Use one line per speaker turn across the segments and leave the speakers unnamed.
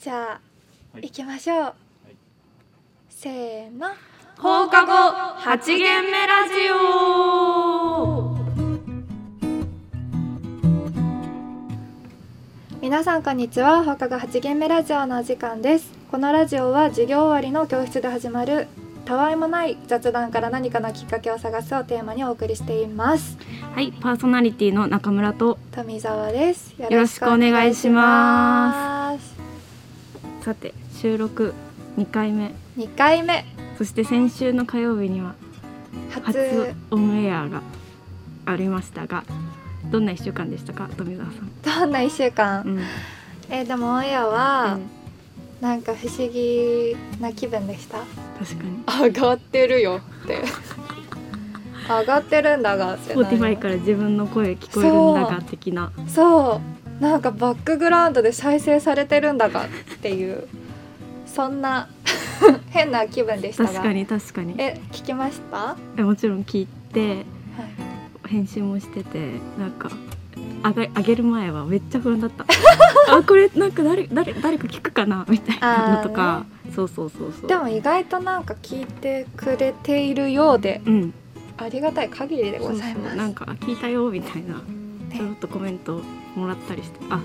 じゃあ、
はい
行きましょう、
い
せーの
放課後八限目ラジオ
皆さんこんにちは放課後8限目ラジオのお時間ですこのラジオは授業終わりの教室で始まるたわいもない雑談から何かのきっかけを探すをテーマにお送りしています
はいパーソナリティの中村と
富澤ですよ
ろしくお願いしますさて収録2回目
2回目
そして先週の火曜日には
初
初オンエアがありましたがどんな1週間でしたか富澤さ
ど
ん、
んな1週間、
うん
えーでもオンエアは、なんか不思議な気分でした
確か
上
に
がってるよって上がってるんだがってなる
Spotify から自分の声聞こえるんだが的な
そうなんかバックグラウンドで再生されてるんだがっていうそんな 変な気分でしたが
確かに確かに
え聞きました、は
えもちろん聞いて
い、
編集もしててなんかあげ上げる前はめっちゃ不安だった あこれなんか誰誰誰か聞くかなみたいなのとか、そうそうそうそう
でも意外となんか聞いてくれているようで
うん
ありがたい限りでござい
そう
ま
そ
す
うなんか聞いたよみたいな
ね
ちょろっとコメントもらったりしてあ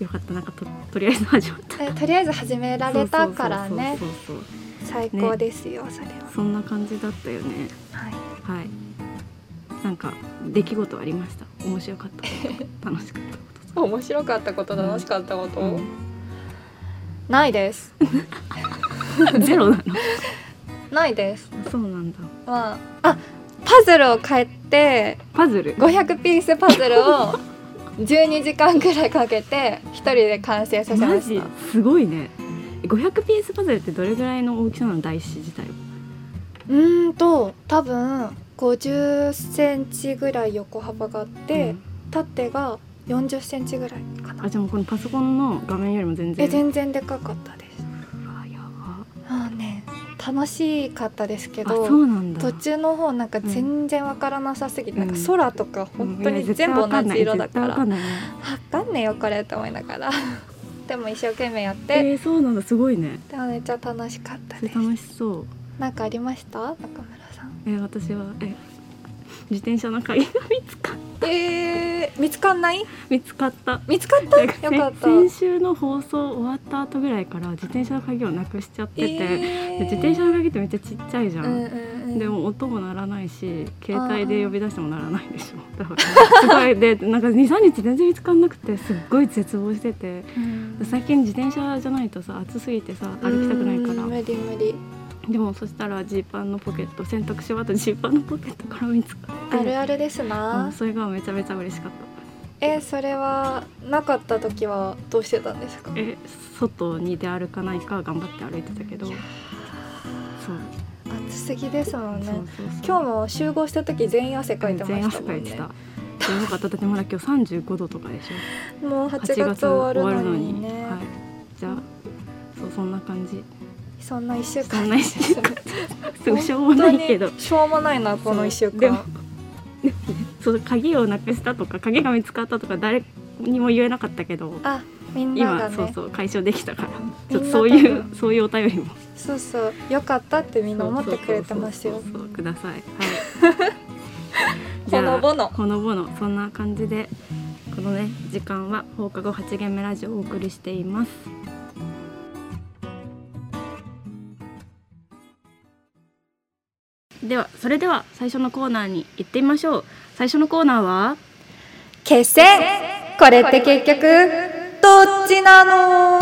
よかったなんかととりあえず始まった
えとりあえず始められたからね
そうそうそうそう
最高ですよそれは、
そんな感じだったよね
はい、
はいなんか出来事ありました面白かったこと楽しかった こ
面白かったこと
楽し、
かったことないです
うん ゼロなの
ないです
そうなんだ
まああパズルを買って
パズル
500ピースパズルを12時間くらいかけて一人で完成させま
マ
し
ジ
た
すごいね500ピースパズルってどれぐらいの大きさなの台紙自体は
うーんと多分50センチぐらい横幅があって、
うん
縦が40センチぐらいかな
あじゃあもうこのパソコンの画面よりも全然
え全然でかかったです
うわやば
あーね楽しかったですけ
あそう
ど
なんだ
途中の方なんか全然わからなさすぎて、
うん
なんか空とか本当に全部同じ色だから、
わかんないね
わかんねえよこれと思いながら でも一生懸命やって、
えー、そうなんだすごいね
でもめっちゃ楽しかった
それ
です
楽しそう
なんかありました中村さん
えー私はえー自転車の鍵が見つか
えー、見つかんない
見つかった
見つかったよかった
先週の放送終わった後ぐらいから自転車の鍵をなくしちゃってて、
えー
で自転車の鍵ってめっちゃちっちゃいじゃ
うんうんうん
でも音も鳴らないし携帯で呼び出しても鳴らないでしょだ からすごいでなんか23日全然見つかんなくてすっごい絶望してて
うん
最近自転車じゃないとさ暑すぎてさ歩きたくないか
うん
ら
無理無理
でもそしたらジーパンのポケット選択肢はあったジーパンのポケットから見つかって
あるあるです
う、
なん
それがめちゃめちゃ嬉しかった
えそれはなかった時はどうしてたんですか
え外に出歩かないか頑張って歩いてたけど
い
そ
や
う
暑すぎですもんね
そうそう
今
日
日も集合した時全員汗かいてま
全員
した
汗
も
かい
ん
て
ね
たやばかっただってまだ今日35度とかでしょ
もう
8
8
月
月
終
終
わ
わ
る
る
のに
のにね
はい、じゃあそうそんな感じ
そんな1週間
そんな一週すごいしょうも
本当
ない
に
けど
しょうもないなこの1週
そうでも
間
その鍵をなくしたとか鍵が見つかったとか誰にも言えなかったけど
あみんなが
今
ね
そうそう解消できたからちょ
み
っと
んな
そういうそういうお便りも
そうそうよかったってみんな思ってくれてますよ
そうそうそうそうくださいはい
ほのぼの
じゃあほのぼのそんな感じでこのね時間は放課後8限目ラジオをお送りしていますではそれでは最初のコーナーに行ってみましょう最初のコーナーは
決戦これって結局どっちなの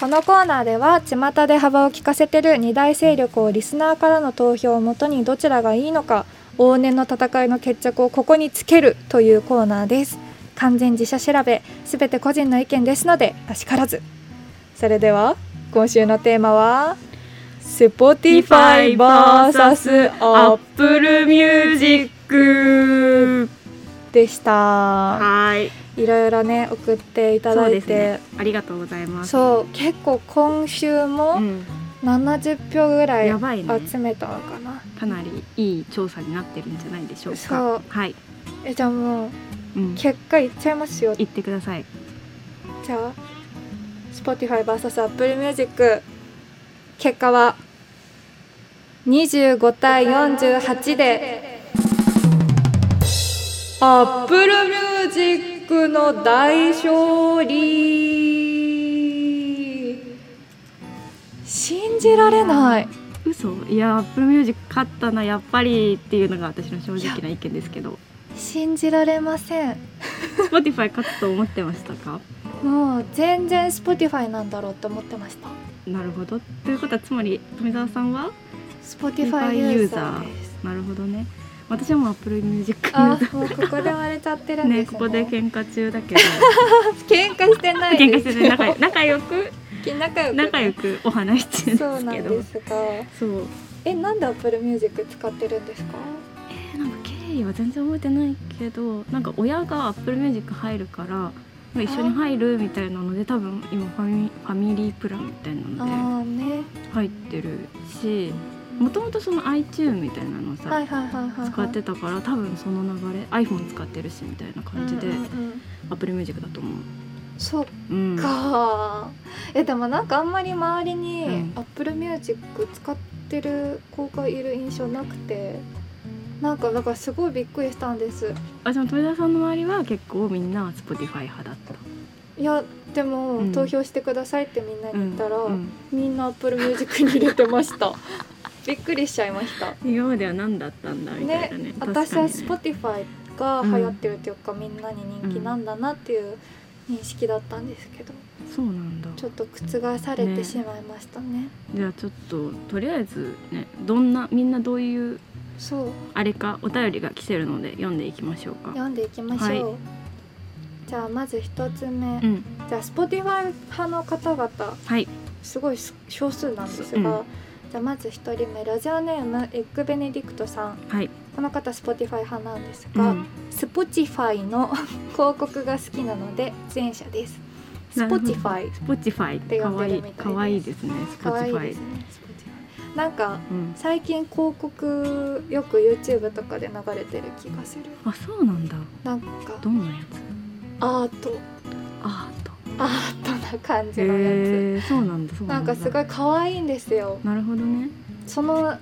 このコーナーでは巷で幅を利かせてる二大勢力をリスナーからの投票をもとにどちらがいいのか往年の戦いの決着をここにつけるというコーナーです完全自社調べすべて個人の意見ですのであしからずそれでは今週のテーマは Spotify vs
アッ
Apple
プルミュージック
でした
はい
いろいろね送っていた
そ
だ
う
い
です
て
ねありがとうございます
そう,、結構今週
う
も
ん、
70票ぐら
や
い
ばいね
集めたのかな、
かなりいい調査になってるんじゃないでしょうか
そう
はい、
えじゃあもう
うん、
結果いっちゃいますよ
言ってください
じゃあ SpotifyVSAppleMusic 結果は25対48で AppleMusic の大勝利信じられない
嘘いやアップルミュージック勝ったなやっぱりっていうのが私の正直な意見ですけど
信じられません
Spotify 勝つと思ってましたか
もう全然 Spotify なんだろうって思ってました
なるほどということはつまり富澤さんは
Spotify ユーザーです
なるほどね私はもうアップルミュージック
あもうここで割れちゃってるんですね
ねここで喧嘩中だけど
喧嘩してない
喧嘩
で
し
す
てね仲仲良く
仲良く
仲良くお話しして
そう
る
ん
です
な
け
ん
ど
ですが
そう
えなんで Apple Music 使ってるんですか
えーなんか経緯は全然覚えてないけどなんか親がアップルミュージック入るから一緒に入るみたいなので多分今ファミファミリープランみたいな
あ
の
あね
で入ってるしもともとその iTune みたいなのをさ、
はいはいはいはい、はい、
使ってたから多分その流れ iPhone 使ってるしみたいな感じで、
うんうんうん
アップルミュージックだと思う、
そっ
うん、
かえでもなんかあんまり周りに
うん
Apple Music 使ってる子がいる印象なくてなんかだからすごいびっくりしたんです
あでも富田さんの周りは結構みんな Spotify 派だった
いやでも、
うん
投票してくださいってみんなに言ったら、
うん
みんな Apple Music に入れてましたびっくりしちゃいました
今までは何だったんだみたい
ね
なね確かに
私は
ね
Spotify が流行ってるというか、みんなに人気なんだなっていう認識だったんですけど
そうなんだ
ちょっと覆されて
ね
しまいましたね
じゃあちょっととりあえずねどんなみんなどういう
そう
あれかお便りが来てるので読んでいきましょうか。
読んでいきましょう、
はい
じゃあまず一つ目、
うん、
じゃあ Spotify 派の方々
はい、
すごい少数なんですが、
うん
じゃあまず一人目ラジオネームエッグベネディクトさん
はい、
この方 Spotify 派なんです
う
が、
ん、
Spotify の 広告が好きなので前者です
なるほど
Spotify
Spotify
て
か
呼ん
わ
でる
い
み
い
たいです
かわいいですね
可愛いで
Spotify
すね Spotify なんか
うん、
最近広告よく YouTube とかで流れてる気がする
あそうなんだ
なんか
どんなやつ
アート
アート
アートな感じのやつ、
へえそうなんだそう
なん
だ
かすごい可愛いんですよ
なるほどね
その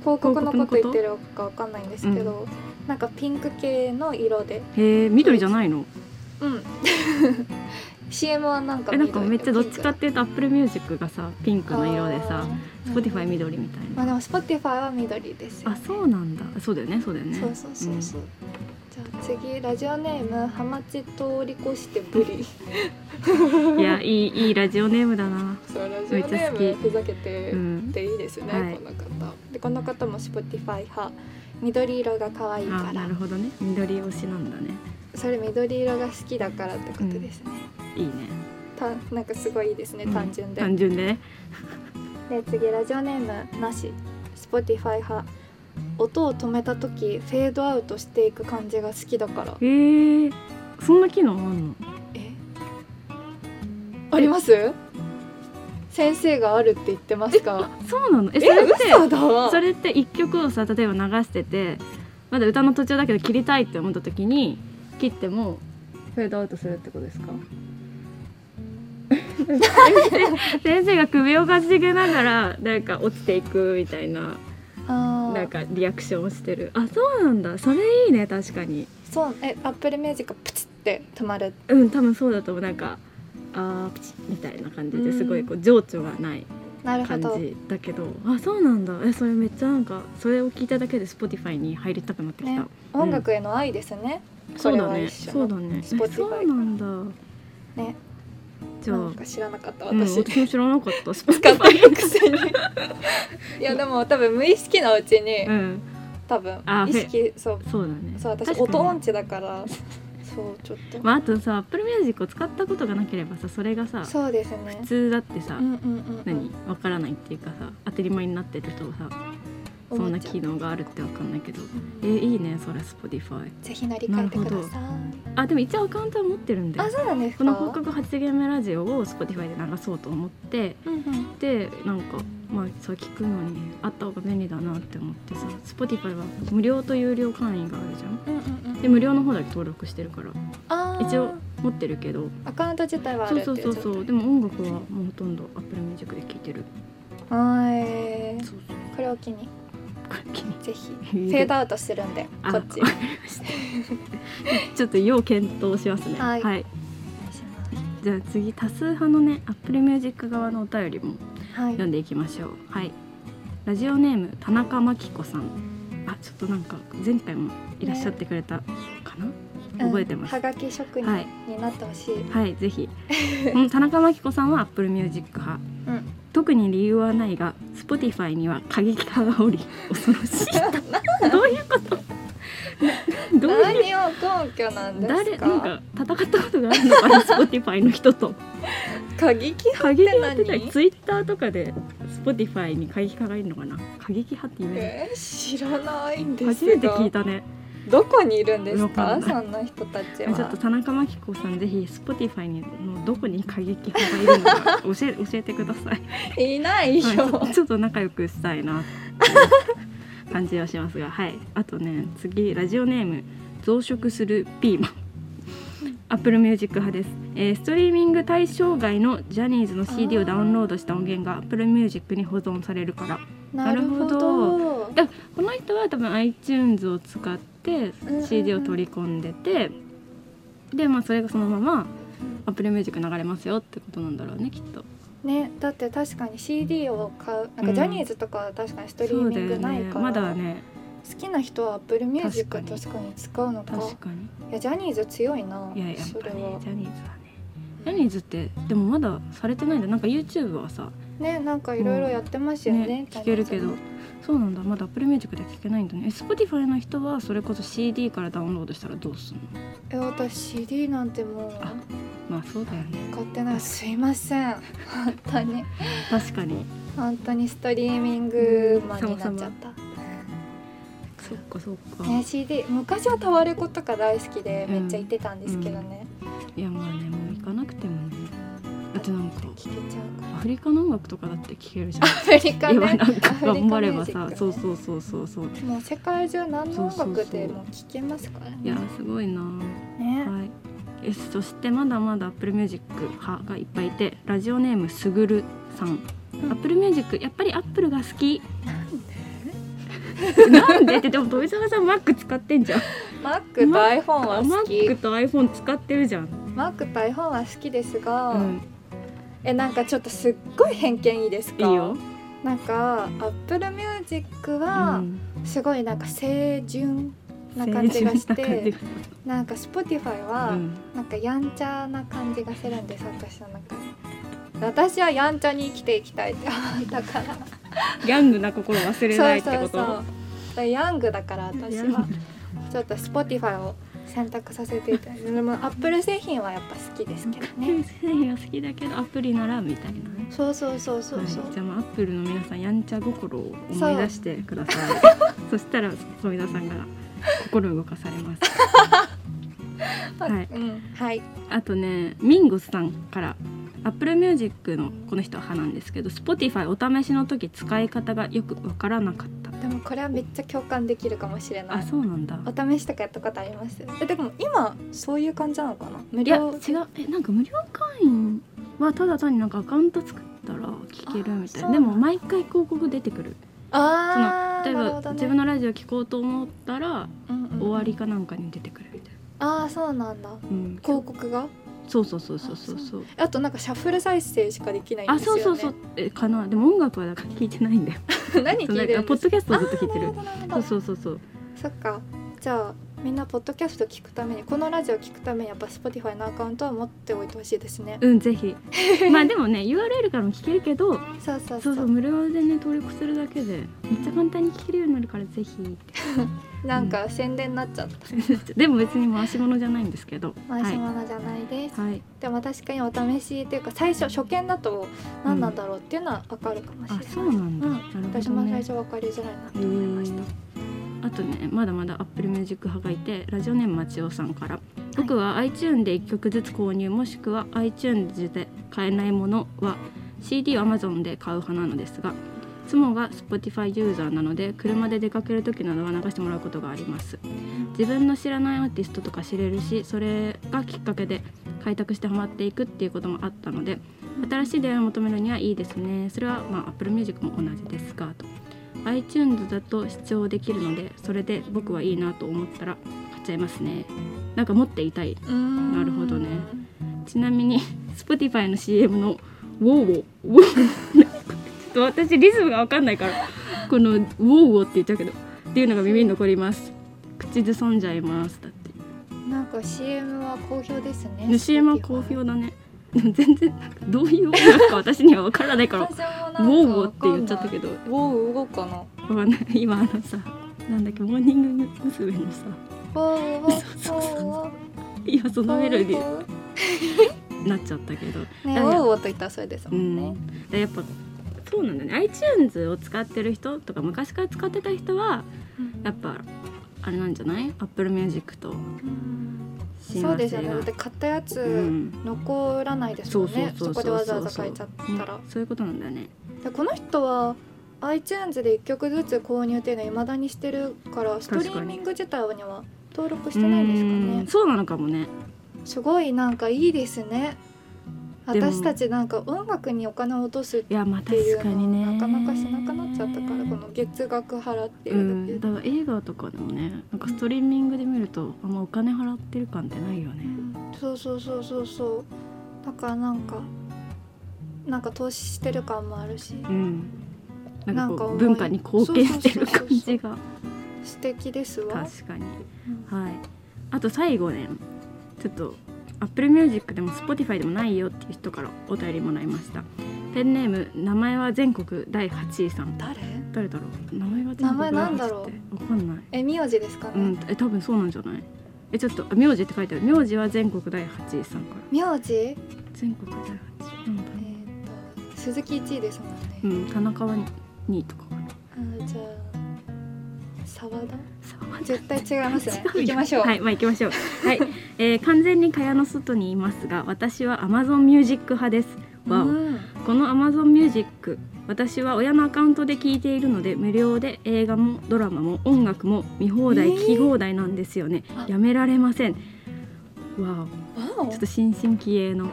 広告のこと
広告のこと
言ってるかわかんないんですけど、なんかピンク系の色で
へえ緑じゃないの
うん CM はなんか
えなんか
緑
めっちゃどっちかっていうと Apple Music がさピン
ピ
クの色でさ
あー
Spotify 緑みたい
まあ
な
でも Spotify は緑ですよ、
あ
ね、
そうなんだそうだよねそうだよね
そうそうそうそう、じゃあ次ラジオネームハマチ通り越してブリ
うんいやいいいいラジオネームだな
そうラジ
めっちゃ好き
ふざけて
うん
でいいですね
はい
の方でこの方も Spotify 派緑色が可愛い
あなるほどね緑推しなんだね
それ緑色が好きだからってことですね、
いいね
たなんかすごいいいですね、
うん
単純で
単純でね
で次ラジオネームなし Spotify 派音を止めた時フェードアウトしていく感じが好きだから
えー、そんな機能あんの
えあります先生があるって言ってますか
そうなのえ
え
それって
嘘だ
それって一曲をさ例えば流しててまだ歌の途中だけど切りたいって思った時に切ってもフェードアウトするってことですか 先生先生が首をかしげながらなんか落ちていくみたいな
あ
なん
ー
かリアクションをしてるあそうなんだそれいいね確かに
そうえアップルミュージックプチって止まる
うん多分そうだと思うなんかあープチッみたいな感じ
う
で
ん
すごいこう情緒がない
なるほ
感
ど
じだけどあそうなんだえそれめっちゃなんかそれを聞いただけで Spotify に入りたくなってきた、
ね音楽への愛ですね、こ
そう
れ
だ
は
ね
一緒
そうだねえ
Spotify
そうなんだ
ね
じゃあ
なんか知らなかった
うん
私、
私も知らなかった
使って
Spotify
るくせにいやでも多分無意識のうちに、
うん
多分
あ
意識そう
そうだね
そう私
確かに
音音痴だ からそうちょっと、
まああとさ Apple Music を使ったことがなければさそれがさ
そうですね
普通だってさ、
うんうんうん、うん、
何わからないっていうかさ当たり前になってる人はさそんな機能があるってわかんないけどえ
え
いいねそれ Spotify
ぜひ乗り換えてください
あでも一応アカウントは持ってるんで
あそうなんですか
この広告8ゲームラジオを Spotify で流そうと思って
うんうん
でなんかまあそう聞くのにあった方が便利だなって思ってさ Spotify は無料と有料会員があるじゃん
うんうんうん
で無料の方だけ登録してるから
あー
一応持ってるけど
アカウント自体はあ
そ
る
う
っていう
そ
う
そうそうでも音楽はもうほとんど Apple Music で聴いてる
はい
そうそう
これを機に
これ気に
ぜひフ
入
ェ
れ
ードアウトしてるんで
あ
こっち
わかりましたちょっと要検討しますね
はい
はい、じゃあ次多数派のね Apple Music 側のお便りも
はい
読んでいきましょうはいラジオネーム田中真紀子さんあちょっとなんか前回もいらっしゃってくれたかな、覚えてます
うんはがき職人
はい
になってほしい、
はいぜひこの田中真紀子さんは Apple Music 派
うん
特に理由はないが Spotify には過激派がおり恐ろし いどういうことどういう
何を根拠なんですか
誰なんか戦ったことがあるの かな Spotify の人と
過激
過激派って
って
何
何
Twitter とかで Spotify に過激派がいるのかな過激派って言え
えー知らないん
る
で
初
す
めて
が
聞いたね
どこにいるんです
わ
か
かんない
そんな人たち
ちょっ
は
と田中真紀子さんぜひ Spotify にのどこに過激派がいるのか教え 教えてください、
いないよ、
はいちょっとちょっと仲良くしたいなっていう感じはしますがはいあとね次ラジオネーム増殖するピーマン Apple Music 派です、えーストリーミング対象外のジャニーズの CD をダウンロードした音源が Apple Music に保存されるから
なるほど
この人は多分 iTunes を使って
うんうん
CD を取り込んでて、でまあそれがそのまま Apple Music 流れますよってことなんだろうねきっと。
ねだって確かに CD を買うなん
う
か
ん
ジャニーズとかは確かにストリー
そう
ミ
だ
ング
よ
ない
ね
から、
まだね
好きな人は Apple Music
確
確
か
か
に
に使うのか
確かに
いやジャニーズ強いない
ややっ
そ
ぱ
れ
ね
は
ジャニーズはねジャニーズってでもまだされてないんだなんか YouTube はさ、
ねなんかいろいろやってますよね,ジャニ
ね
ー、ズ、
聞けるけどそうなんだまだ Apple Music で聞けないんだねえ Spotify の人はそれこそ CD からダウンロードしたらどうすんの
え私 CD なんてもう
あまあそうだよね
買ってないすいま せん本当に
確かに
本当にストリーミングマンになっちゃった、
そっかそっか、
ね、CD 昔はタワレコとか大好きでめっちゃ行ってたんですけどね、
いやまあねもう行かなくてもねだってなんか
聴けちゃうか
アフリカの音楽とかだって聴けるじゃん
アフリカ
今
ね
なん
ア
か
フリカ
頑張れば
ミュージ
さ
ックね
そうそうそうそうそう
もう世界中何の音
そう
楽
そうそう
でも聴けますからね
いやすごいな
ね
はいえそしてまだまだ Apple Music 派がいっぱいいてラジオネームすぐるさん
うん
Apple Music やっぱり Apple が好きなんでって でも富澤さん Mac 使ってんじゃん
Mac と iPhone は好き
Mac と iPhone 使ってるじゃん、
Mac と iPhone は好きです
う
が、
ん、
えなんかちょっとすっごい偏見いいです
いい
か
よ、
なんか Apple Music
う
は
ん、
すごいなんか清純な感じがし
清純な感
て
じが
なんか Spotify は、
うん
なんかやんちゃな感じがするんです私の中で私はやんちゃに生きていきたいって思ったから
ギャングな心忘れないってこと
そうそうそうヤングだから私
ヤン
はちょっと Spotify を選択させていただいてでも Apple 製品はやっぱ好きですけどね
製品が好きだけどアプリならみたいなね
そうそうそうそうそう、
はい、じゃあもうアップルの皆さんやんちゃ心を思い出してくださいそしたら富田さんが心動かされますはい
うんはい
あとねミンゴスさんからアップルミュージックのこの人は派なんですけど Spotify お試しの時使い方がよくわからなかった
でもこれはめっちゃ共感できるかもしれな
あ
い
そうなんだ
お試しとかやったことありますえでも今そういう感じなのかな無
いや違
料
うえなんか無料会員はただ単になんかアカウント作ったら聞けるみたい
あそうなんだ
なでも毎回広告出てくる
ああ
例えば、自分のラジオ聞こうと思ったら終わりかなんかに出てくるみたい
ああそうなんだ
な、うん、
広告が
そうそうそうそうそうそう
あとなんかシャッフル再生しかできないん
あ
ですよ
そう
ね
そうそうえかなでも音楽はだから聞いてないんだよ
何聞いて
な
る
ん
ん
かポ
です
ッド
か
キャストをずっと聞いて
あ
る
ーなるほどな
そう
るほ
そうそうそう
どそっかじゃあみんなポッドキャスト聞くためにこのラジオ聞くためにやっぱ Spotify のアカウントは持っておいてほしいですね
うん ぜひまあでもね URL からも聞けるけど
そうそうそ
そううそう無料でね登録するだけでめっちゃ簡単に聞けるようになるからぜひ って
なんか宣伝になっちゃった
でも別に回し物じゃないんですけど
回し物じゃないです、
はい、はい、
でも確かにお試しっていうか最初初見だと何なんだろうっていうのは分かるかもしれ
あ
ない、
そうなんだ、
うん
なるほどね
私も最初分かりづらいなと思いました、
あとねまだまだアップルミュージック派がいてラジオネームまちおさんから「僕は iTune で1曲ずつ購入もしくは iTunes で買えないものは CD を Amazon で買う派なのですが妻が Spotify ユーザーなので車で出かける時などは流してもらうことがあります自分の知らないアーティストとか知れるしそれがきっかけで開拓してハマっていくっていうこともあったので新しい出会いを求めるにはいいですねそれはまあ Apple Music も同じですがと iTunes だと視聴できるのでそれで僕はいいなと思ったら買っちゃいますねなんか持っていたい
うん
なるほどねちなみに Spotify の CM の「ウォーウォーウォー」ちょっと私リズムが分かんないからこの「ウォーウォー」って言っちゃうけどっていうのが耳に残ります口ずさんじゃいますだって
なんか CM は好評ですね
で CM は好評だね でも全然なんかどういう音楽か私には分からないから「ウ
私もなん
ォ
か
ーウォー」って言っちゃったけ
ど
ど
ウォー動くかな
わかんない今あのさなんだっけモーニング娘。のさ
ウォーウォー
そうそ
ウォ
うそう
ーウォー
いやそのメロディー
ね
になっちゃったけど
ウォー
だから
ウォーと言ったらそれですも
うん
ね、
ん、でやっぱそうなんだね iTunes を使ってる人とか昔から使ってた人はやっぱあれなんじゃない Apple Music と
うん
親
そう
和
です
性
よねだ
が
って買ったや
う
つ
ん
残らないですもんね
そうそ
そ
うそうそう
こでわざわざ買えちゃったら
うんそういうことなんだよね
でこの人は iTunes で1曲ずつ購入っていうのは未だにしてるからストリーミング自体には登録してないですか
う
ね
んそうなのかもね
すごいなんかいいですね
でも
私たちなんか音楽にお金を落とすっ
いやまあ
てい
確
う
かに
の
ね
をなかなかしなくなっちゃったからこの月額払って
う
るだけで
ん、だから映画とかでもねなんかストリーミングで見るとあんまお金払ってる感ってないよね
そうそうそうそうそうだからなんかなんか投資してる感もあるし
うんなんか
なん
こう
か
文化に貢献してる
そうそうそうそう
感じが
素敵ですわ
確かに
うん
はい、あと最後ねちょっと Apple Music でも Spotify でもないよっていう人からお便りもらいましたペンネーム名前は全国第8位さん
誰
誰だろう名前は全
名前
国
な
第
んだ
8
ろう
位って分かんない
え名字ですか
う
ね
んえ多分そうなんじゃないえちょっとあ名字って書いてある名字は全国第8位さんから
名字え
全国第8位なんだろ
ーと鈴木一位ですもん
う
ね
うん田中は2位とかかな
あじゃあ沢田
さあ
絶対違いますね
違うよ
行きましょう
はい、まあ行きましょう。はい、えー完全に蚊帳の外にいますが、私は Amazon Music 派です。わお
うん
この Amazon Music 私は親のアカウントで聴いているので無料で映画もドラマも音楽も見放題
えー
聴き放題なんですよね、
あ
やめられませんわ
わ
お
お
ちょっと新進気鋭の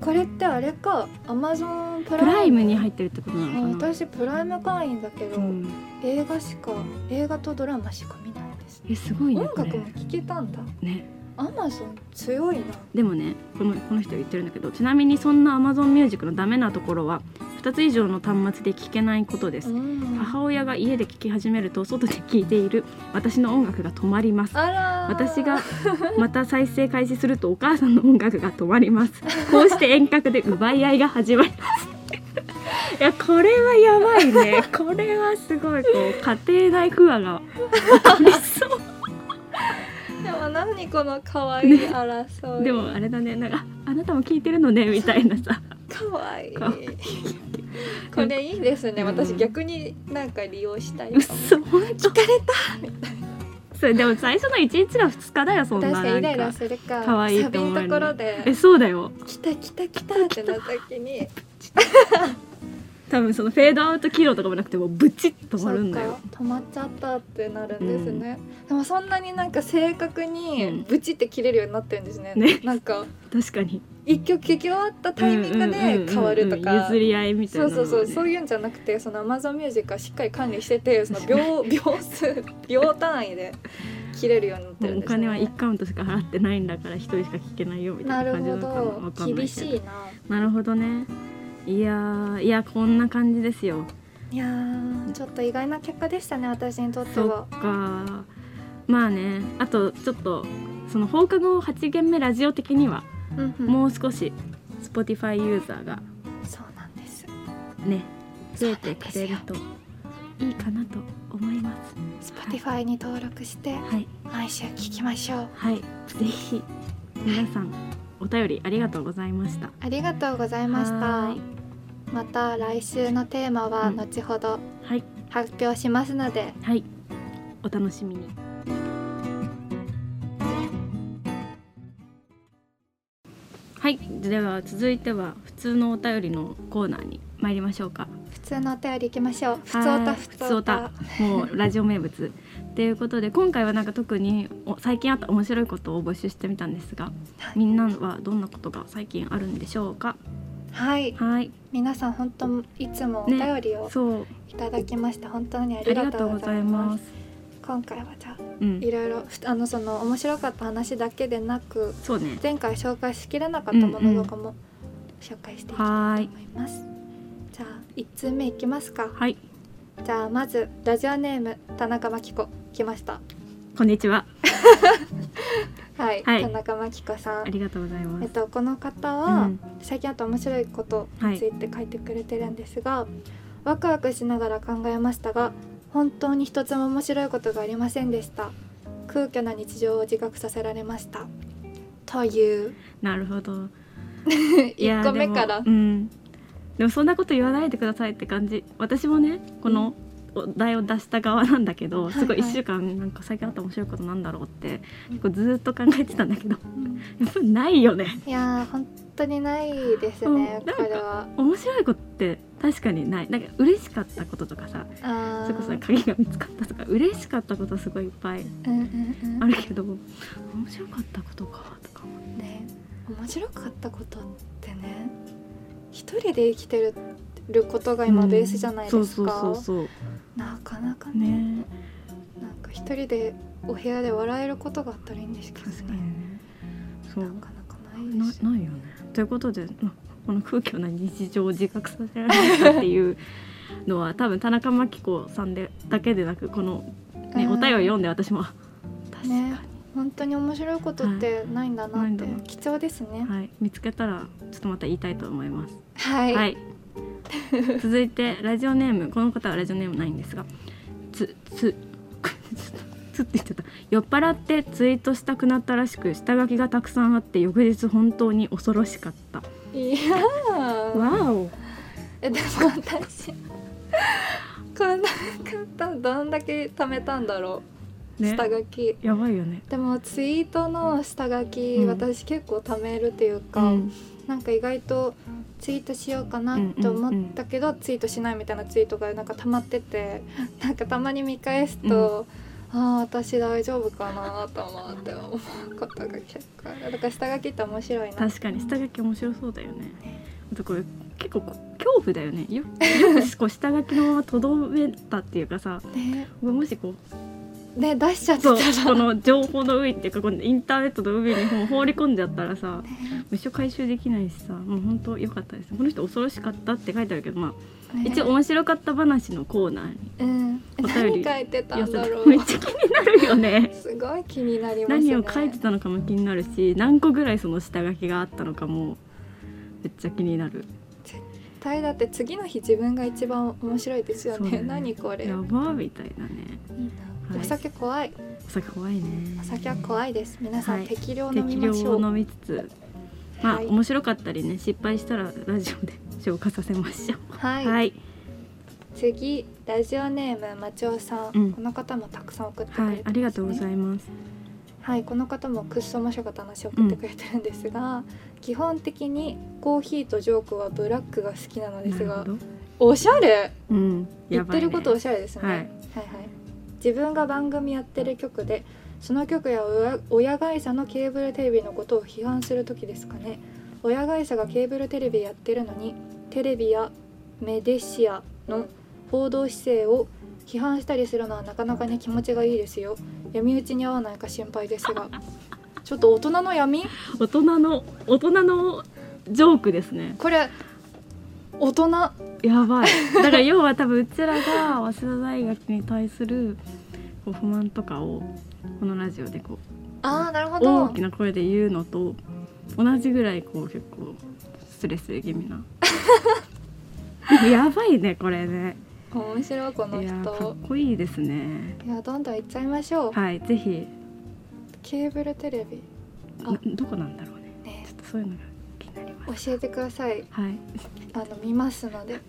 これってあれかアマゾンプ
プラ
ラ
イ
イ
ム
ム
に入ってるってこと
あ
なのかな
私プライム会員だけど、
うん、
映画しか映画とドラマしか見ないですね
えすごいね
音
こ
楽も
れ
聴けたんだ
ね
アマゾン強いな
でもねこのこの人言ってるんだけどちなみにそんな Amazon Music のダメなところは2つ以上の端末で聴けないことです、
うん
母親が家で聴き始めると外で聴いている私の音楽が止まります
あらー
私がまた再生開始するとお母さんの音楽が止まりますこうして遠隔で奪い合いが始まりますいやこれはやばいねこれはすごいこう家庭内不和が起こりそう
でも何この可愛い争い
でもあれだねなんかあなたも聞いてるのねみたいなさ
可愛い
可愛
これいいですね、
うん
私逆になんか利用したいかも
嘘本当
疲れた
それでも最初の1日が2日だよそんな
確かにイラ
な
イ
ん
ラ
か
するか
可愛い
サ
と
ビ
思
の
われ
と
る
ころで
えそうだよ
「来た来た来た」ってなった時に
多分そのフェードアウト機能とかもなくてもうブチッと止まるんだ
そ
よ
っか止まっちゃったってなるんですね、でもそんなになんか正確にブチって切れるようになってるんですね,、
ね
なんか
確かに
一曲聴き終わったタイミングで変わると
うんうんうんうん
か
譲り合いみたい
そ
な
う
のが
そ
ね
うそうそういうんじゃなくてその Amazon ミュージックはしっかり管理しててその 秒秒数秒単位で切れるようになってるん
お
です、ね、
金は1カウントしか払ってないんだから一人しか聞けないよみた
ないる
な感じな
ほ
のかなわか
ど
んな
厳
いけど
しいな
なるほどねいやーいやこんな感じですよ
いやーちょっと意外な結果でしたね私にとって
そっ
は
かまあねあとちょっとその放課後8限目ラジオ的には
うんうん
もう少し Spotify ユーザーが
そうなんです
ね
そう
増
な
え
んで
て
すよ
くれるといいかなと思います
Spotify に登録して
はい
毎週聞きましょう
はいぜひ皆さんお便りありがとうございました
ありがとうございまし
は
た
ーい
また来週のテーマは
うん
後ほど
はい
発表しますので、
はいお楽しみにはいじゃあでは続いては普通のお便りのコーナーに参りましょうか
普通のお便りいきましょう普通
は
おた
い
普
普
通
通
お
おた
た
もうラジオ名物ということで今回はなんか特にお最近あった面白いことを募集してみたんですが、みんなはどんなことが最近あるんでしょうか
はい
はい
皆さん本当いつもお便
ね
りを
そう
いただきまして、本当にあ
あ
り
り
が
が
と
と
う
う
ご
ご
ざ
ざ
い
い
ま
ますす
今回はじゃあ
うん
いろいろふあのその面白かった話だけでなく
そうね
前回紹介しきれなかったも
うんう
の
ん
とかも紹介していきたいと
はーい
思います、じゃあ一通目いきますか
はい
じゃあまずラジオネーム田中真紀子来ました
こんにちは
はい、
はい
田中真紀子さ
あ
ん
りがとうございま
えっ
す
とこの方は、
うん
最近あった面白いことについて書いてくれてるんですが、ワクワクしながら考えましたが本当に一つも面白いことがありませんでした空虚な日常を自覚させられましたという
なるほどいや
1個
で
目
も
から
うんでもそんなこと言わないでくださいって感じ私もねこのお題を出した側なんだけど、
はい
すごい
はい
1週間なんか最近あった面白いことなんだろうって結構ずーっと考えてたんだけど
うん
やっぱり ないよね
いやー本当にないですね
うんなん
こ
か
れは
面白いことって確かにないなんか嬉しかったこととかさ
あー
それこそ鍵が見つかったとか嬉しかったことはすごいいっぱい
うんうんうん
あるけど面白かったことかとかも
ね面白かったことってね一人で生きてることが今ベースじゃないですか、
うんそうそうそう
なかなか
そう
ね
ね
なんか一人でお部屋で笑えることがあったらいいんですけど
確かに
ね。
ねそ
な
う
かなかない
な
です。
ないよね。ということで、まこの空虚な日常を自覚させられたっていう のは多分田中真紀子さんでだけでなくこの、ね
うん
お便り読んで私もあ確かに、
ね本当に面白いことってないんだな
ない
っ
ん
て
だな
貴重ですね。
はい、見つけたらちょっとまた言いたいと思います。
はい。
はい、続いてラジオネームこの方はラジオネームないんですがつつ つって言っちゃった酔っ払ってツイートしたくなったらしく下書きがたくさんあって翌日本当に恐ろしかった。
いやー。
わお
えでも私こんな方どんだけ貯めたんだろう。
ね
下書き。
やばいよね。
でもツイートの下書き、
うん
私結構貯めるっていうか、
うん
なんか意外とツイートしようかなって思ったけど、ツイートしないみたいなツイートがなんか溜まっててなんかたまに見返すと、ああ私大丈夫かなと思って思うことが結構あるだから下書きって面白いな
確かに下書き面白そうだよね。あとこれ結構こ恐怖だよね。よよくこう下書きのままとどめたっていうかさ、
ね
もしこ う
ね出しちゃってた
そう
ら
この情報の上っていうかこのインターネットの上にもう放り込んじゃったらさ、
ね
一生回収できないしさ、もう本当良かったです。この人恐ろしかったって書いてあるけ ど、まあ
ね
一応面白かった話のコーナーに
うん
お便
何
り
書いてた
寄
ん
せた
だろ
めっ
う
ちゃ気になるよ ね。
すごい気になりますね
何を書いてたのかも気になるし、何個ぐらいその下書きがあったのかもめっちゃ気になる。
大だって次の日自分が一番面白いですよ
そう
ね
だね
何これいい
や
な
ばみたいなね。はい
お酒怖い
お酒怖いね
お酒は怖いです皆さん、
はい
適量飲み
適
ま
量
しょ
を
う
飲みつつまあ、
はい
面白かったりね失敗したらラジオで 消化させましょう
はい、
はい
次ラジオネームまちおさん、
うん
この方もたくさん送ってくれて
は
ます、ね
いありがとうございます
はいこの方もくっそ面白かった話を送ってくれてるんですが、基本的にコーヒーとジョークはブラックが好きなのです
な
が
るほど
おしゃれ
うん
言
や
っ
ば
て
いね
ることおしゃれですね、
はい
はいはい自分が番組やってる曲でその曲や親親会社のケーブルテレビのことを批判する時ですかね親会社がケーブルテレビやってるのにテレビやメデシアの報道姿勢を批判したりするのはなかなかに気持ちがいいですよ闇討ちに合わないか心配ですがちょっと大人の闇
大人の大人のジョークですね
これ大人
やばいだから要は多分うちらが早稲田大学に対するこう不満とかをこのラジオでこ
ああなるほ
う大
ど
きな声で言うのと同じぐらいこう結構スレスレ気 味なやばいねこれね
面白いこの
いやーか
人
っこいいですね
いやどんどん行っちゃいましょう
はいぜひ
ケーブルテレビあ
などこなんだろうね
ね
ちょっとそういうのが気になります
教えてください
はい
あの見ますので
ぜ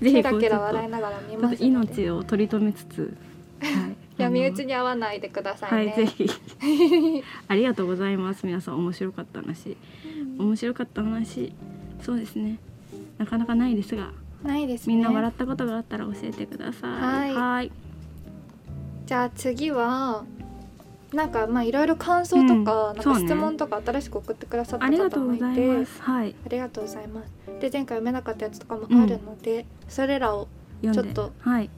ケ
ひこ
ラ
う
ケ
ちょ
ラ
っと
笑いながら見
ちょ
ま
っ
す
と
ので
命を取り留めつ つ、はい、
闇討
あ
ちに合わないでくださ
の
い
は
ね、
いぜひありがとうございます皆さん面白かった話面白かった話そうですねなかなかないですが
ないですね
みんな笑ったことがあったら教えてください
はい
はい
じゃあ次はなんかまあいろいろ感想とか,、
うん
なん
そう
か
ね
質問とか新しく送ってくださった
ありがと
方
う
も
ご
いて
ざいますはい
ありがとうございますで前回読めなかったやつとかもあるので、それらを
読んで
ちょっ
はい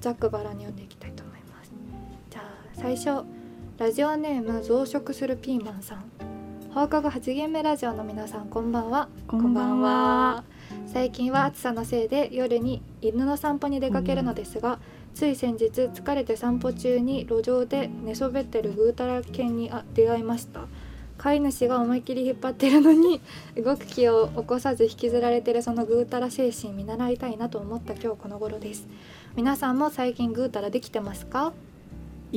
ざっくばらんに読んでいきたいと思いますじゃあ最初ラジオネーム増殖するピーマンさん放課後8限目ラジオの皆さんこんばんは
こんばんは
最近は暑さのせいで夜に犬の散歩に出かけるのですが、つい先日疲れて散歩中に路上で寝そべってるぐうたら犬にあ出会いました飼い主が思いっきり引っ張ってるのに 動く気を起こさず引きずられてるそのぐうたら精神見習いたいなと思った今日この頃です皆さんも最近ぐうたらできてますか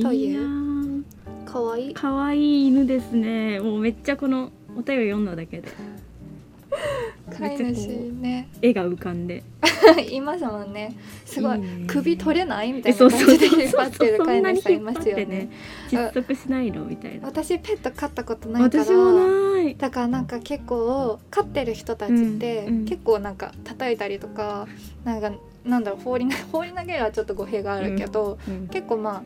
という
いやー
かわいい
可愛い犬ですねもうめっちゃこのお便り読んだだけで
飼い主ね
絵が浮かんで
いますもんねすごい
ね
首取れないみた
え
いな
そう
感
そうそう
じで
そう
引っ張ってる
そ
飼い
んなに
主さんい
引っ
ま
張っ
すよね
てね窒息しないのみたいな
私ペット飼ったことないから
私もない
だからなんか結構飼ってる人たちって、
うんうん
結構なんか叩いたりとかなんかなんだろう放りな放り投げる はちょっと語弊があるけど、
うん
結構まあ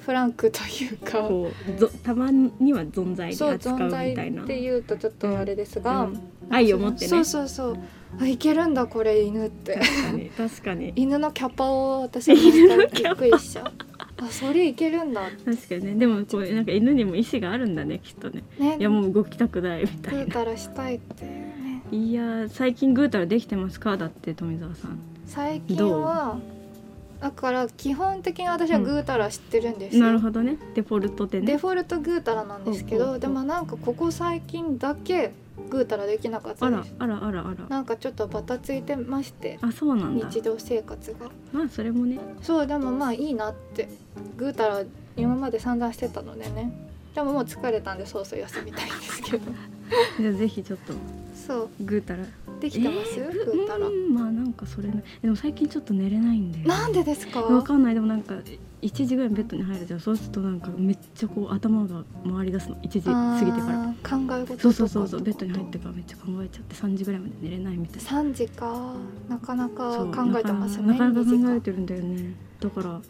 フランクというか
こうぞたまには存在で
そう
扱う
存
みた
在
いな
っていうとちょっとあれですが、
うん愛を持ってね
そうそうそうあいけるんだこれ犬っ て
確かに確かに
犬のキャパを私が見たら
犬の
び
キャ
っ
パ
くりしちゃうあそれいけるんだ
確かにねでもこうなんか犬にも意志があるんだねきっとね
ね
いやもう動きたくないみた
食
いうな
たらしたいっていうね
いやー最近グータラできてますかだって富澤さん
最近はだから基本的に私はグータラ知ってるんですよ、
なるほどねデフォルトでね
デフォルトグータラなんですけ
うんうん
ど
うん
でもなんかここ最近だけグータラできなかっ
あ
たで
ら
す
あらあらあら
なんかちょっとバタついてまして
あそうなんだ
日常生活が
まあそれもね
そうでもまあいいなってグータラ今まで散々してたのでねでももう疲れたんでそうそう休みたいんですけ ど
じゃあぜひちょっと
そう
グータラ
できてます、
え
グータラ
うんまあなんかそれねでも最近ちょっと寝れないんで
なんでですか
わかんないでもなんか1時ぐらいにベッドに入るじゃんそうするとなんかめっちゃこう頭が回り出すの1時過ぎてから
あー考え事とか
そうそうそうそうベッドに入
て
ってからめっちゃ考えちゃって3時ぐらいまで寝れないみたいな
3時かなかなか
そう
考えてますね
なかなかな
2時
かなか
間
考えてるんだよねだから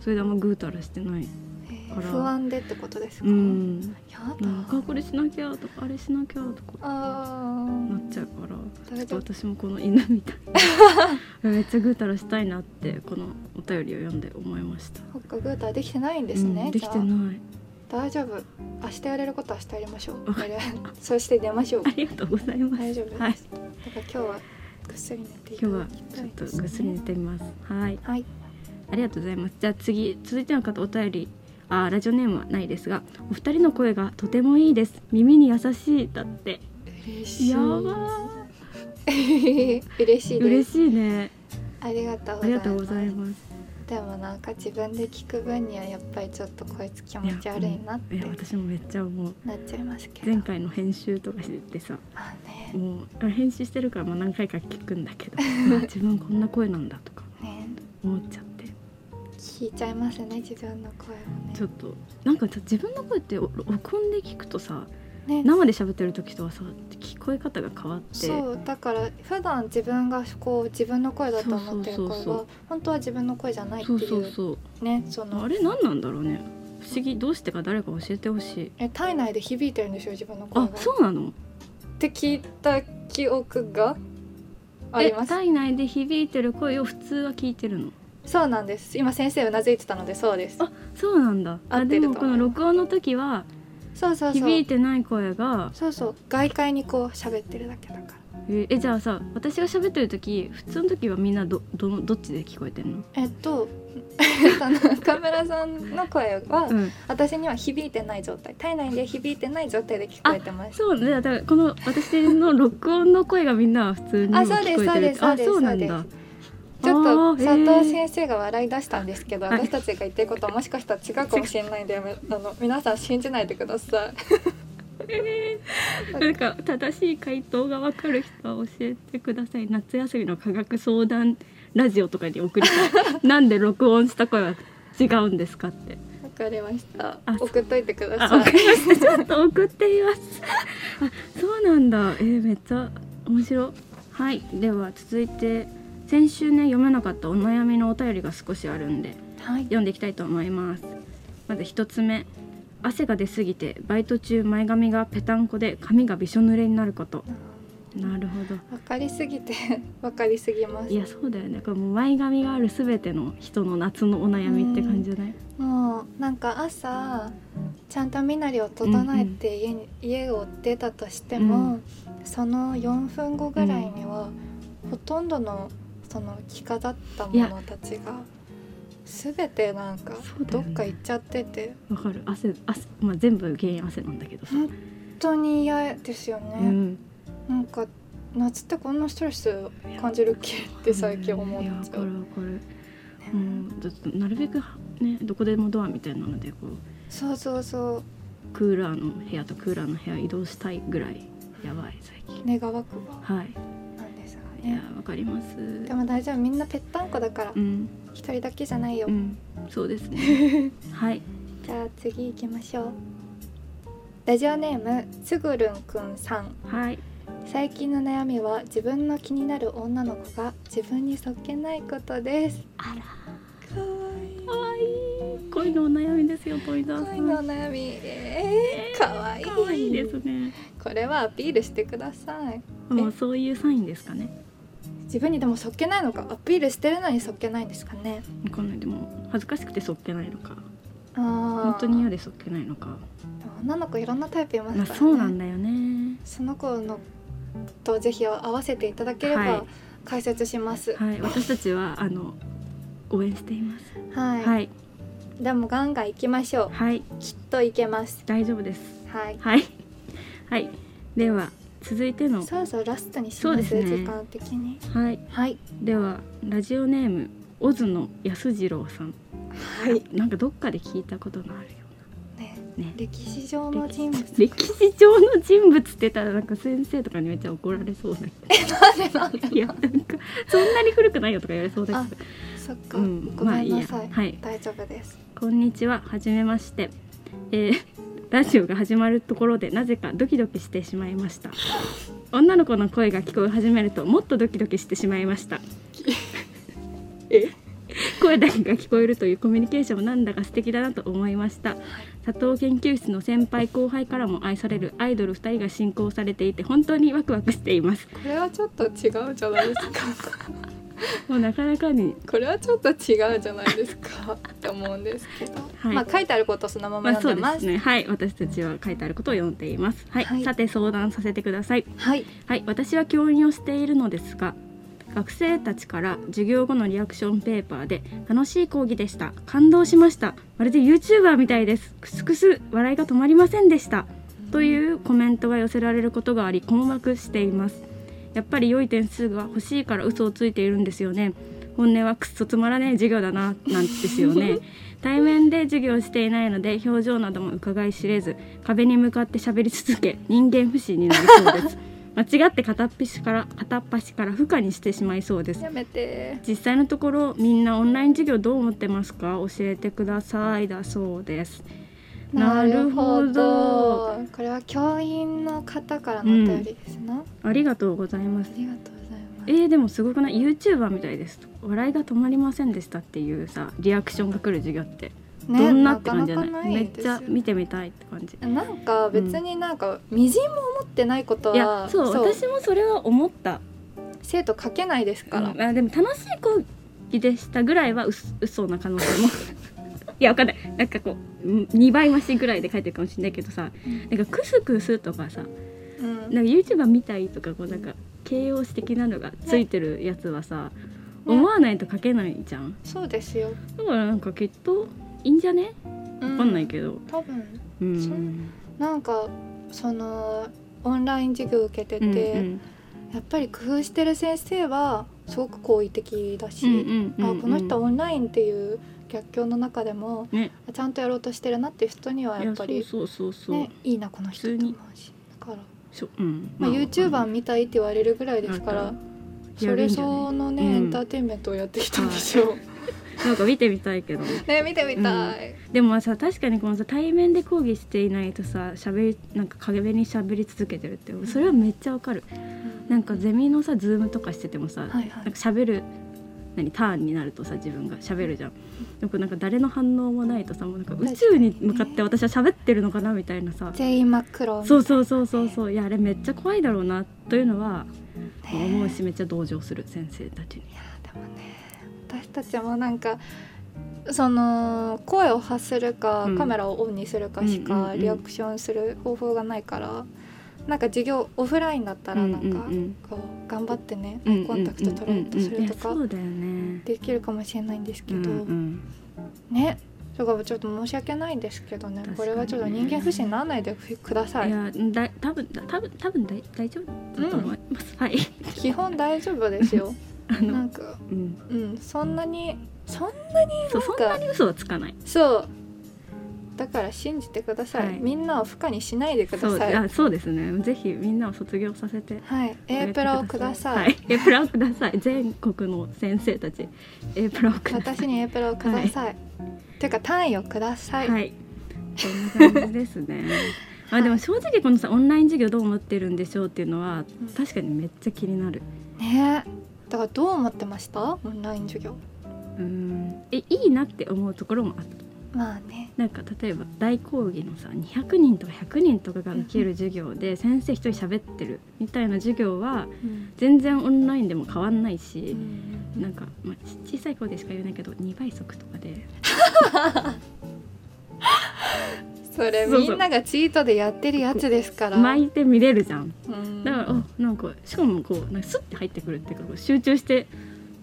それであんまぐうたらしてない
えー
から
不安でってことですか、
うん
やだ、
なんかこれしなきゃとかあれしなきゃとか
あ
な
ー
っちゃうからちょ
大
っと
丈夫
私もこの犬みたい なめっちゃぐうたらしたいなってこのお便りを読んで思いました
そっかグーターできてないんですね、
うんできて
じゃ
ない
あ大丈夫明日やれることは明日やりましょう
わか
そして出ましょう
ありがとうございます
大丈夫です、
はい
だから今日はぐっすり寝ていた
今日は
だき
ち
た
ょ
い
っと
ですね
ぐっすり寝てみます。はい、
はい
ありがとうございます。じゃあ次続いての方お便り。あーラジオネームはないですが、お二人の声がとてもいいです。耳に優しいだって。
嬉しい
や ば
嬉しい
ー。
で
嬉
す
しいね。
ありがとう
ありがとう
ご
ご
ざ
ざ
い
い
ます
ます。
でもなんか自分で聞く分にはやっぱりちょっとこいつ気持ち悪いなって
いや、私もめっちゃ思う。
なっちゃいますけど
前回の編集とかしてさ、
まあね
もうあ編集してるからまあ何回か聞くんだ けど、まあ自分こんな声なんだとか
ね
思っちゃって、
聞いちゃいますね自分の声
ちょ
を
っとなんかさ自分の声ってお録音で聞くとさ、
ねね
生で喋ってる時とはさ聞こえ方が変わって
そうだから普段自分がこう自分の声だと思ってる声
そうそうそうそ
は
う
本当は自分の声じゃないって
そう
い
そう
う
そう
ねそ
あ
の
れ何なんだろうね不思議どうしてか誰か教えてほしい
え体内で響いてるんでしょ自分の声
あ
が。
そうなの
って聞いた記憶があ
え
ります。
体内で響いてる声を普通は聞いてるの
そうなんです。今先生うなずいてたのでそうです。
あそうなんだ
合
あ
って
で
ると
もこの録音の時は
そうそうそ
響
う
い。てない声が
そうそう外界にこう喋ってるだけだから。
ええじゃあさ私が喋ってる時普通の時はみんなどどのどっちで聞こえてんの
えっと その中村さんの声は
うん
私には響いてない状態体内で響いてない状態で聞こえてます
そうねだからこの私の録音の声がみんなは普通に今
あ
聞
そうです
こえてるって
そう
あ
です
そうなん
そう
だ
ちょっ
あ
と
ー
佐藤
へー
先生が笑い出したんですけど
はい
私たちが言ってることはもしかしたら違うかもしれないんでやめあの皆さん信じないでください
なんか正しい回答がわかる人は教えてください夏休みの科学相談ラジオとかに送りたいなんで録音した声は違うんですかって
わかりました
あ
送っといてくだ
あ、わ
さ
か
い
りましたちょっと送ってみますそうなんだえーめっちゃ面白いはいでは続いて先週ね読めなかったお悩みのお便りが少しあるんで
はい、
読んでいきたいと思いますまず一つ目汗が出すぎてバイト中前髪がぺたんこで髪がびしょ濡れになることなるほど
わかりすぎてわかりすぎます
いやそうだよねこれもう前髪があるすべての人の夏のお悩みって感じじゃない
もうなんか朝ちゃんと身なりを整えて家に、家を出たとしても、その4分後ぐらいには、ほとんどのその着飾ったものたちが全てなんか
そうだ
ど
よね
っか行っちゃってて、
わかる汗汗、まあ、全部原因汗なんだけどさ、
本当に嫌ですよ
う
ね、
ん、
なんか夏ってこんなストレス感じるっけって最近思
いや
っ
わ
ち
か
ゃう、
るわかるうんちょっとなるべくはねどこでもドアみたいなのでこう
そうそうそう
クーラーの部屋とクーラーの部屋移動したいぐらいやばい最近
願わくば
はい
なんですが
いや
ね
わかります
でも大丈夫みんなぺったんこだから
うん
一人だけじゃないよ、
うんそうですね はい
じゃあ次行きましょうラジオネームつぐるんくんさん
はい
最近の悩みは自分の気になる女の子が自分にそっけないことです
あら
かわいい
かわいい恋のお悩みですよポイント
恋の悩みえー、かわいい
かわいいですね
これはアピールしてください
もうそういうサインですかね
自分にでもそっけないのかアピールしてるのにそっけないんですかね
わかんないでも恥ずかしくてそっけないのか
あ本
本当に嫌でそっけないのか
女の子いろんなタイプいます
まあ
から、ね
そうなんだよね
その子のとぜひ合わせていただけれ
はい
ば解説しますは
はい私たちはあの応援しています
い、
はい
でもガンガン行きましょう
はい
きっといけます
大丈夫です
はい
はいはいでは続いての
そろそろラストにし
そう
ま
ですすね
時間的に
はい
はい
ではラジオネームオズの安次郎さん
はい
なんかどっかで聞いたことのあるよ
ね
うなね
歴史上の人物
歴史上の人物って言ったらなんか先生とかにめっちゃ怒られそうだけ
誰なんだ
どいやなんかそんなに古くないよとか言われそうだけ
そっか、
どうん
ごめんなさ
まあ
い、
いいやはい
大丈夫です
こんにちは、はじめまして。えーラジオが始まるところでなぜかドキドキしてしまいました。女の子の声が聞こえ始めるともっとドキドキしてしまいました。
え
声だけが聞こえるというコミュニケーションもなんだか素敵だなと思いました。佐藤研究室の先輩後輩からも愛されるアイドル2人が進行されていて本当にワクワクしています。
これはちょっと違うじゃないですか
もうなかなかに
これはちょっと違うじゃないですかって思うんですけど、
はい
まあ書いてあることをそのまま
まあそう
読んで
で
ます,、
すね。はい、私たちは書いてあることを読んでいます。はい、
はい
さて相談させてください。
はい
はい、私は教員をしているのですが学生たちから授業後のリアクションペーパーで「楽しい講義でした感動しましたまるで YouTuber みたいですクスクス笑いが止まりませんでした」というコメントが寄せられることがあり困惑していますやっぱり良い点数が欲しいから嘘をついているんですよね本音はくっそつまらねえ授業だななんですよ ね対面で授業をしていないので表情なども伺い知れず壁に向かって喋り続け人間不信になりそう です間違って片っ端から片っ端から負荷にしてしまいそうです
やめて
実際のところみんなオンライン授業どう思ってますか教えてくださいだそうですなる
な
ほど
るほどこれは教員の方からのお便りですな、あ
ありがとうございます
りがとうございます
えー、でもすごくない YouTuber みたいです笑いが止まりませんでしたっていうさリアクションが来る授業って、
ね
どんなって感じじゃな
な
い
かなか
め
ない
っ
で
ち
すよ
ゃ見てみたいって感じ
なんか別になんかみじんも思ってないこと
いや
は、
そう私もそれは思った
生徒書けないですから、
うんあでも楽しい講義でしたぐらいはうす嘘な可 能性もいやわかんないなんかこう2倍増しぐらいで書いてるかもしれないけどさなんかクスクスとかさ
うん
なんか YouTuber みたいとかこうなんか形容詞的なのがついてるやつは
ね
さ、思わないと書けないじゃん
そうですよ、
だからなんかきっといいんじゃね
う
わかんないけど、
多分
うん
そなんかそのオンライン授業受けてて、
うん
やっぱり工夫してる先生はすごく好意的だし、
うんうんうんうん
あこの人オンラインっていう逆境の中でも
ね
あちゃんとやろうとしてるなっていう人にはやっぱ
い
り
やそうそうそうそう、
ね、いいなこの人と
普通
思
に
うしだから、
しょうん
まあ、
わ
YouTuber
かんない
みたいって言われるぐらいですから
なんか
それ相応のね、
やるんじゃない
エンターテインメントをやってきたんでしょう、
なんか見てみたいけど
ね見てみたい、
でもさ確かにこのさ対面で講義していないとさ喋りなんか陰に喋り続けてるってそれはめっちゃわかるなんかゼミのさズームとかしててもさ、
はい
な
は
ん
い
か喋る何ターンになるとさ自分が喋るじゃんでもなんか誰の反応もないとさもうなんか宇宙に向かって私は喋ってるのかなみたいなさ
全員真っ黒
そうそうそうそうそういやあれめっちゃ怖いだろうなというのは
ね
思うしめっちゃ同情する先生たちに
いやでもね私たちもなんかその声を発するか、
うん
カメラをオンにするかし
うんうん
か
うん
リアクションする方法がないからなんか授業オフラインだったらなんか、こう頑張ってねアイコンタクト取ろうとすると
うんうんうんうんいやそ
か
うだよね
できるかもしれないんですけ
うん
ど、
うん
ねそれがちょっと申し訳ないんですけどね
確かにね
これはちょっと人間不信にならないでくださ
い
い
やだ多分だ多分多分大大丈夫だと思います、はい
基本大丈夫ですよ
あ
な
の
んか
うん
うんそんなにそん
そう
なん
そ
か
んなに嘘はつかない
そうだから信じてください、
はい
みんなを不可にしないでくだ
そう
さい
あそうですねぜひみんなを卒業させて
はい、A プラをください、
はい、エプラをください全国の先生たちエプラをください
私に A プラをください、ていうか単位をください、
はいこんな感じです ねまあでも正直このさオンライン授業どう思ってるんでしょうっていうのは
うん
確かにめっちゃ気になる
ねえだからどう思ってましたオンライン授業
うんえいいなって思うところもあった
まあね
なんか例えば大講義のさ200人とか100人とかが受ける授業で先生一人喋ってるみたいな授業は
うん、
全然オンラインでも変わんないし、
うん
なんか、まあ、ち小さい子でしか言えないけど2倍速とかで
それ
そうそう
みんながチートでやってるやつですから
巻いて見れるじゃん
うん
だから、あなんかしかもこうなんかスッて入ってくるっていうかこう集中して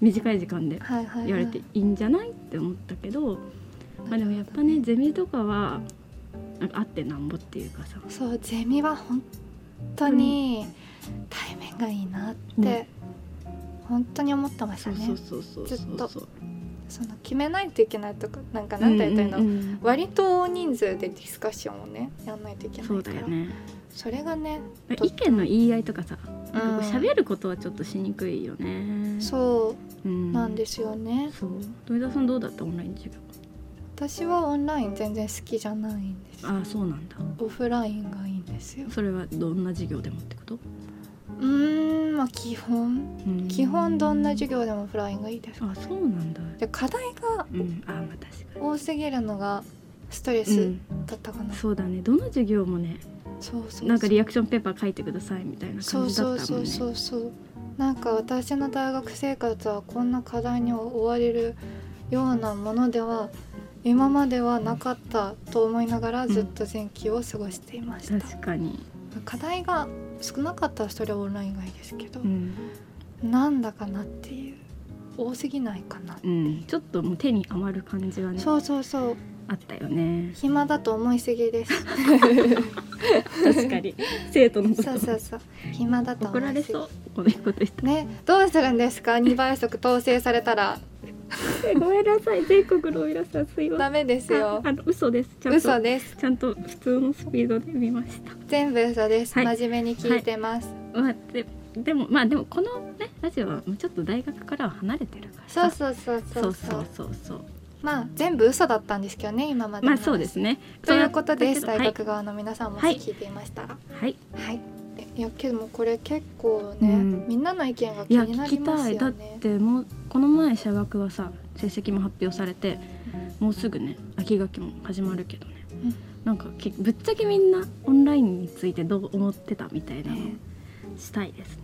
短い時間で
はいはいはい、
やれていいんじゃないって思ったけど、まあ、でもやっぱねゼミとかはなんかあってなんぼっていうかさ
そうゼミは本当に対面がいいなって、
ね
本当に思ってました
そう
ね
そうそうそうそう
ずっ
そ
と
うそう
その決めないといけないとかなんかなんて言ったらいいの、
うんうんうん
割と大人数でディスカッションをねやんないといけないか
そ
ら
うだよね
それがね
だから意見の言い合いとかさなんかこ
うん
う喋ることはちょっとしにくいよね
そううんなんですよね、
そう富田さんどうだったオンライン授業
私はオンライン全然好きじゃないんです
ああそうなんだ
オフラインがいいんですよ
それはどんな授業でもってこと、
うーんまあ基本
うん
基本どんな授業でもオフラインがいいです
あそうなんだ
で課題が
うんあまあ確かに
多すぎるのがストレ
う
ス
ん
だったかな、
そうだねどの授業もね
そうそうそう
なんかリアクションペーパー書いてくださいみたいな
そ
感
う
じだ
そ
っ
う
た
そ
もん
う
ね
そうそうなんか私の大学生活はこんな課題に追われるようなものでは今まではなかったと思いながらずっと前期を過ごしていました、
確かに、
課題が少なかったらそれはオンラインがいいですけど
う、ん
なんだかなっていう多すぎないかな、
うん、ちょっともう手に余る感じはね
そうそうそう
あったよね
暇だと思いすぎ です
確か に生徒のこと
そうそうそう暇だと思
怒
いすぎ
られそうこんなこと言っ
ねどうするんですか2倍速統制されたら
て ごめんなさい全国の皆さんすいません
ダメです
あ
よ
あの嘘ですちゃんと
嘘です
ちゃんと普通のスピードで見ました
全部嘘です、
はい
真面目に聞いてます、
まあ、ででもまあでもこのねラジオはもうちょっと大学からは離れてるから
そう
さ
そうそうそう
そ
そうう
そうそうそう
まあ全部嘘だったんですけどね今までの
まあそうですね
ということです
そうだ
大
けど
学側の皆さんもし
はい
聞いていましたら
はい、はい
はい、えいやけどもこれ結構ね、
うん
みんなの意見が
い
気
や
にな
聞
り
き
ま
た
す
いだ
よ
っ
ね
てもうこの前社学はさ成績も発表されてもうすぐね秋学期も始まるけどね、
うん
なんかきぶっちゃけみんなオンラインについてどう思ってたみたいなの
ね
したいですね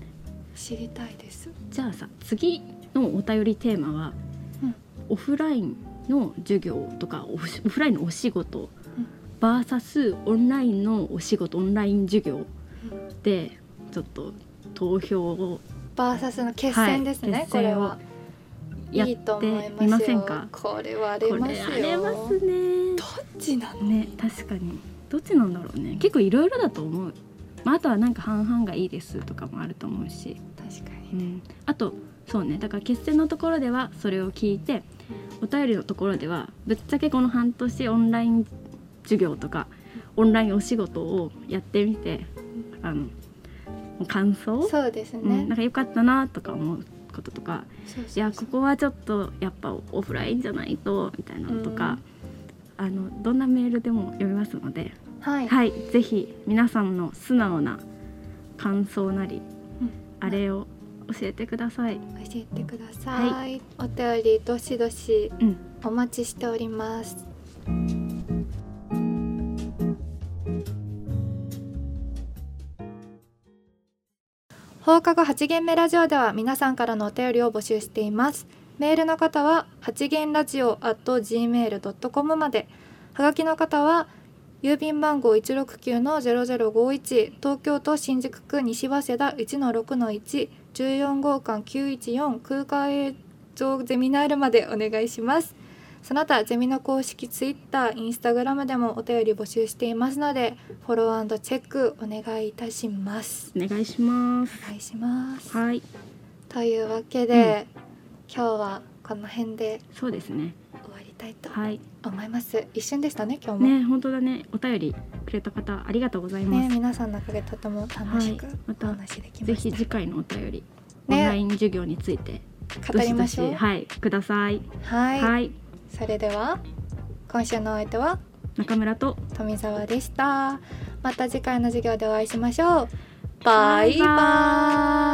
知りたいです
じゃあさ次のお便りテーマは、
うん
オフラインの授業とかオフオフラインのお仕
う
事、
ん
バーサスオンラインのお仕事オンライン授業
うん
でちょっと投票を
バーサスの決戦ですね、
はい決
これ
戦を
は
やっ
いいと
て
思い
みま
ます
せん
よ
か
これはありますよ
これありますね
どっちなの
ね確かにどっちなんだろうね結構いろいろだと思う、まあ、あとはなんか半々がいいですとかもあると思うし、
確か
う
にね、
ん、あとそうねだから決戦のところではそれを聞いてお便りのところではぶっちゃけこの半年オンライン授業とかオンラインお仕事をやってみてあの感想
そうですね、
うん、なんか良かったなとか思うこととか
そう
いやここはちょっとやっぱオフラインじゃないとみたいなのとか、あのどんなメールでも読みますので、
はい、
はい、ぜひ皆さんの素直な感想なり、
うん
あれを教えてください。
教えてください、お便りどしどし
うん、
お待ちしております放課後8限目ラジオでは皆さんからのお便りを募集していますメールの方は8限ラジオ at gmail.com まではがきの方は郵便番号169-0051東京都新宿区西早稲田1-6-1 14号館914空間営造ゼミナールまでお願いしますその他ゼミの公式ツイッターインスタグラムでもお便り募集していますのでフォローチェックお願いいたします
お願いします。
お願いします、
はい、
というわけで、今日はこの辺で
そうですね。
終わりたいと
はい、
思います、一瞬でしたね今日もね
ね、本当だね。お便りくれた方ありがとうございます。
皆さんのおかげでとても楽しく
はいま
お
た
話しできま
ぜ
し
ひ
た、
次回のお便り、オンラ
ね
イン授業について
語りましょう
どどはい、ください。
はい、
はい、
それでは今週のお相手は
中村と
富澤でしたまた次回の授業でお会いしましょうバイバイ
バイバ